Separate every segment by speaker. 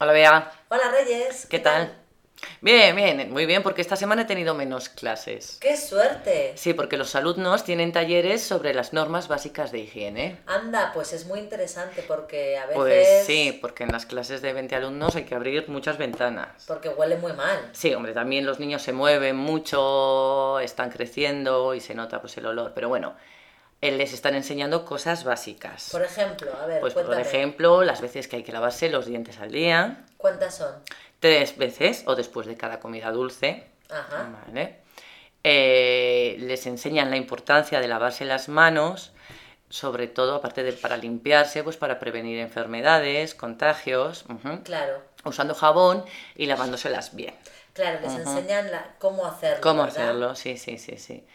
Speaker 1: Hola Bea,
Speaker 2: Hola Reyes.
Speaker 1: ¿qué tal? Bien, bien, muy bien, porque esta semana he tenido menos clases.
Speaker 2: ¡Qué suerte!
Speaker 1: Sí, porque los alumnos tienen talleres sobre las normas básicas de higiene.
Speaker 2: Anda, pues es muy interesante porque a veces...
Speaker 1: Pues sí, porque en las clases de 20 alumnos hay que abrir muchas ventanas.
Speaker 2: Porque huele muy mal.
Speaker 1: Sí, hombre, también los niños se mueven mucho, están creciendo y se nota pues el olor, pero bueno, eh, les están enseñando cosas básicas.
Speaker 2: Por ejemplo, a ver,
Speaker 1: Pues por
Speaker 2: cuéntame.
Speaker 1: ejemplo, las veces que hay que lavarse los dientes al día,
Speaker 2: ¿Cuántas son?
Speaker 1: tres veces o después de cada comida dulce.
Speaker 2: Ajá.
Speaker 1: Vale. Eh, les enseñan la importancia de lavarse las manos, sobre todo aparte de para limpiarse, pues para prevenir enfermedades, contagios, ujú,
Speaker 2: Claro.
Speaker 1: usando jabón y lavándoselas bien.
Speaker 2: Claro, les enseñan la- cómo hacerlo.
Speaker 1: ¿Cómo
Speaker 2: ¿verdad?
Speaker 1: hacerlo? Sí, sí, sí, sí.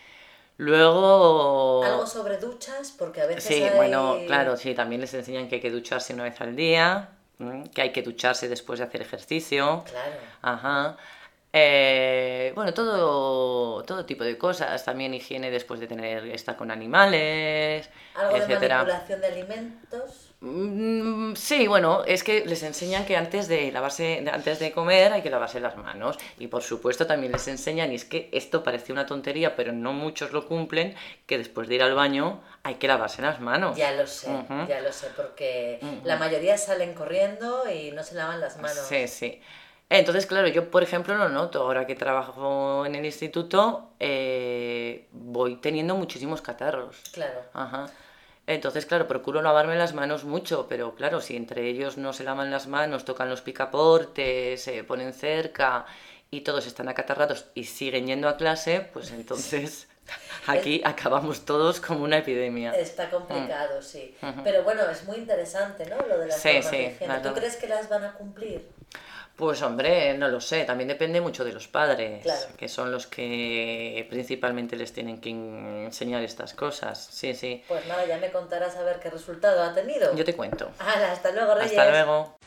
Speaker 1: Luego...
Speaker 2: Algo sobre duchas, porque a veces
Speaker 1: Sí,
Speaker 2: hay-
Speaker 1: bueno, claro, sí, también les enseñan que hay que ducharse una vez al día, ¿m? que hay que ducharse después de hacer ejercicio.
Speaker 2: Claro.
Speaker 1: Ajá. Eh, bueno, todo, todo tipo de cosas. También higiene después de tener estar con animales,
Speaker 2: Algo de
Speaker 1: etcétera.
Speaker 2: manipulación de alimentos.
Speaker 1: Mm, sí, bueno, es que les enseñan que antes de lavarse, de- antes de comer hay que lavarse las manos. Y por supuesto también les enseñan, y es que esto parece una tontería, pero no muchos lo cumplen, que después de ir al baño hay que lavarse las manos.
Speaker 2: Ya lo sé,
Speaker 1: Ujú.
Speaker 2: ya lo sé, porque la mayoría salen corriendo y no se lavan las manos.
Speaker 1: Sí, sí. Entonces, claro, yo por ejemplo lo noto, ahora que trabajo en el instituto, eh, voy teniendo muchísimos catarros.
Speaker 2: Claro.
Speaker 1: Ajá. Entonces, claro, procuro lavarme las manos mucho, pero claro, si entre ellos no se lavan las manos, tocan los picaportes, se ponen cerca y todos están acatarrados y siguen yendo a clase, pues entonces aquí acabamos todos como una epidemia.
Speaker 2: Está complicado, sí. Pero bueno, es muy interesante, ¿no? Lo de las
Speaker 1: Sí,
Speaker 2: normas
Speaker 1: sí,
Speaker 2: de higiene.
Speaker 1: las
Speaker 2: ¿Tú
Speaker 1: normas.
Speaker 2: crees que las van a cumplir?
Speaker 1: Pues hombre, no lo sé, también depende mucho de los padres,
Speaker 2: Claro.
Speaker 1: que son los que principalmente les tienen que en- enseñar estas cosas. Sí, sí.
Speaker 2: Pues nada, ya me contarás a ver qué resultado ha tenido.
Speaker 1: Yo te cuento.
Speaker 2: Hala, hasta luego, Reyes.
Speaker 1: Hasta luego.